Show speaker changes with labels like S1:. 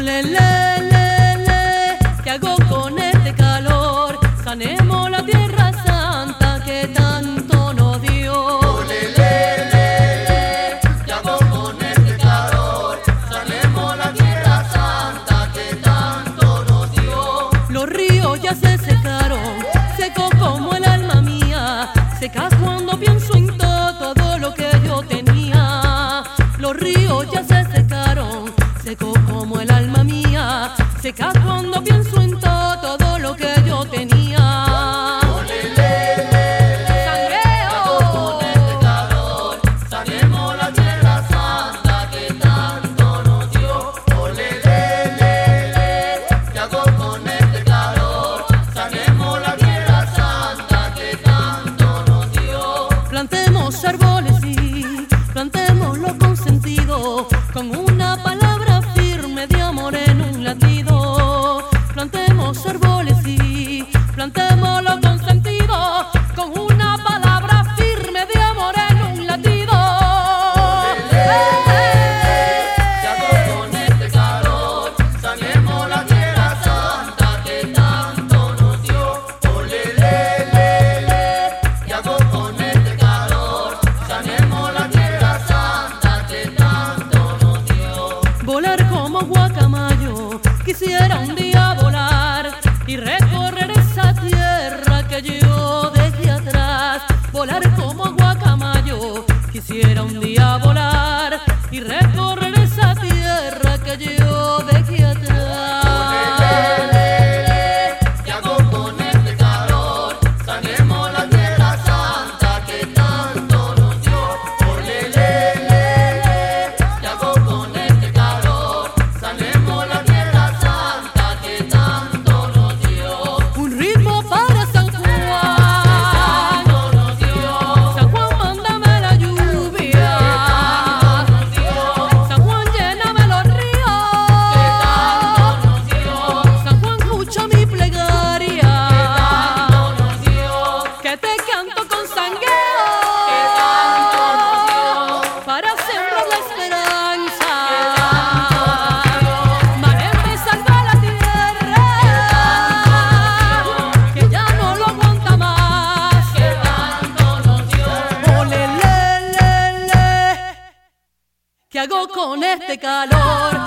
S1: le, le, le, le, ¿qué hago con este calor? Sanemos la tierra santa que tanto nos dio. Los ríos ya se secaron, secos como el alma mía, secas cuando pienso en to- todo lo que yo tenía. Los ríos ya se secaron, secos como el alma mía, secas cuando pienso en to- todo lo que yo tenía. Sangreo. Plantemos árboles y plantémoslo con sentido, con una palabra firme de amor en un latido. Plantemos árboles y plantémoslo con sentido, con una palabra firme de amor en un latido. volar como guacamayo. Quisiera un día volar y recorrer esa tierra que yo dejé atrás. Volar como guacamayo. Quisiera un día volar y recorrer esa tierra que yo dejé atrás. Un ritmo para San Juan. San Juan, mándame la lluvia. San Juan, lléname los ríos. San Juan, escucha mi plegaria. Que te canto con sangueo. Para sembrar la esperanza. Marembe y salva la tierra. Que ya no lo aguanta más. Ole, le, le, le. ¿Qué hago con este calor?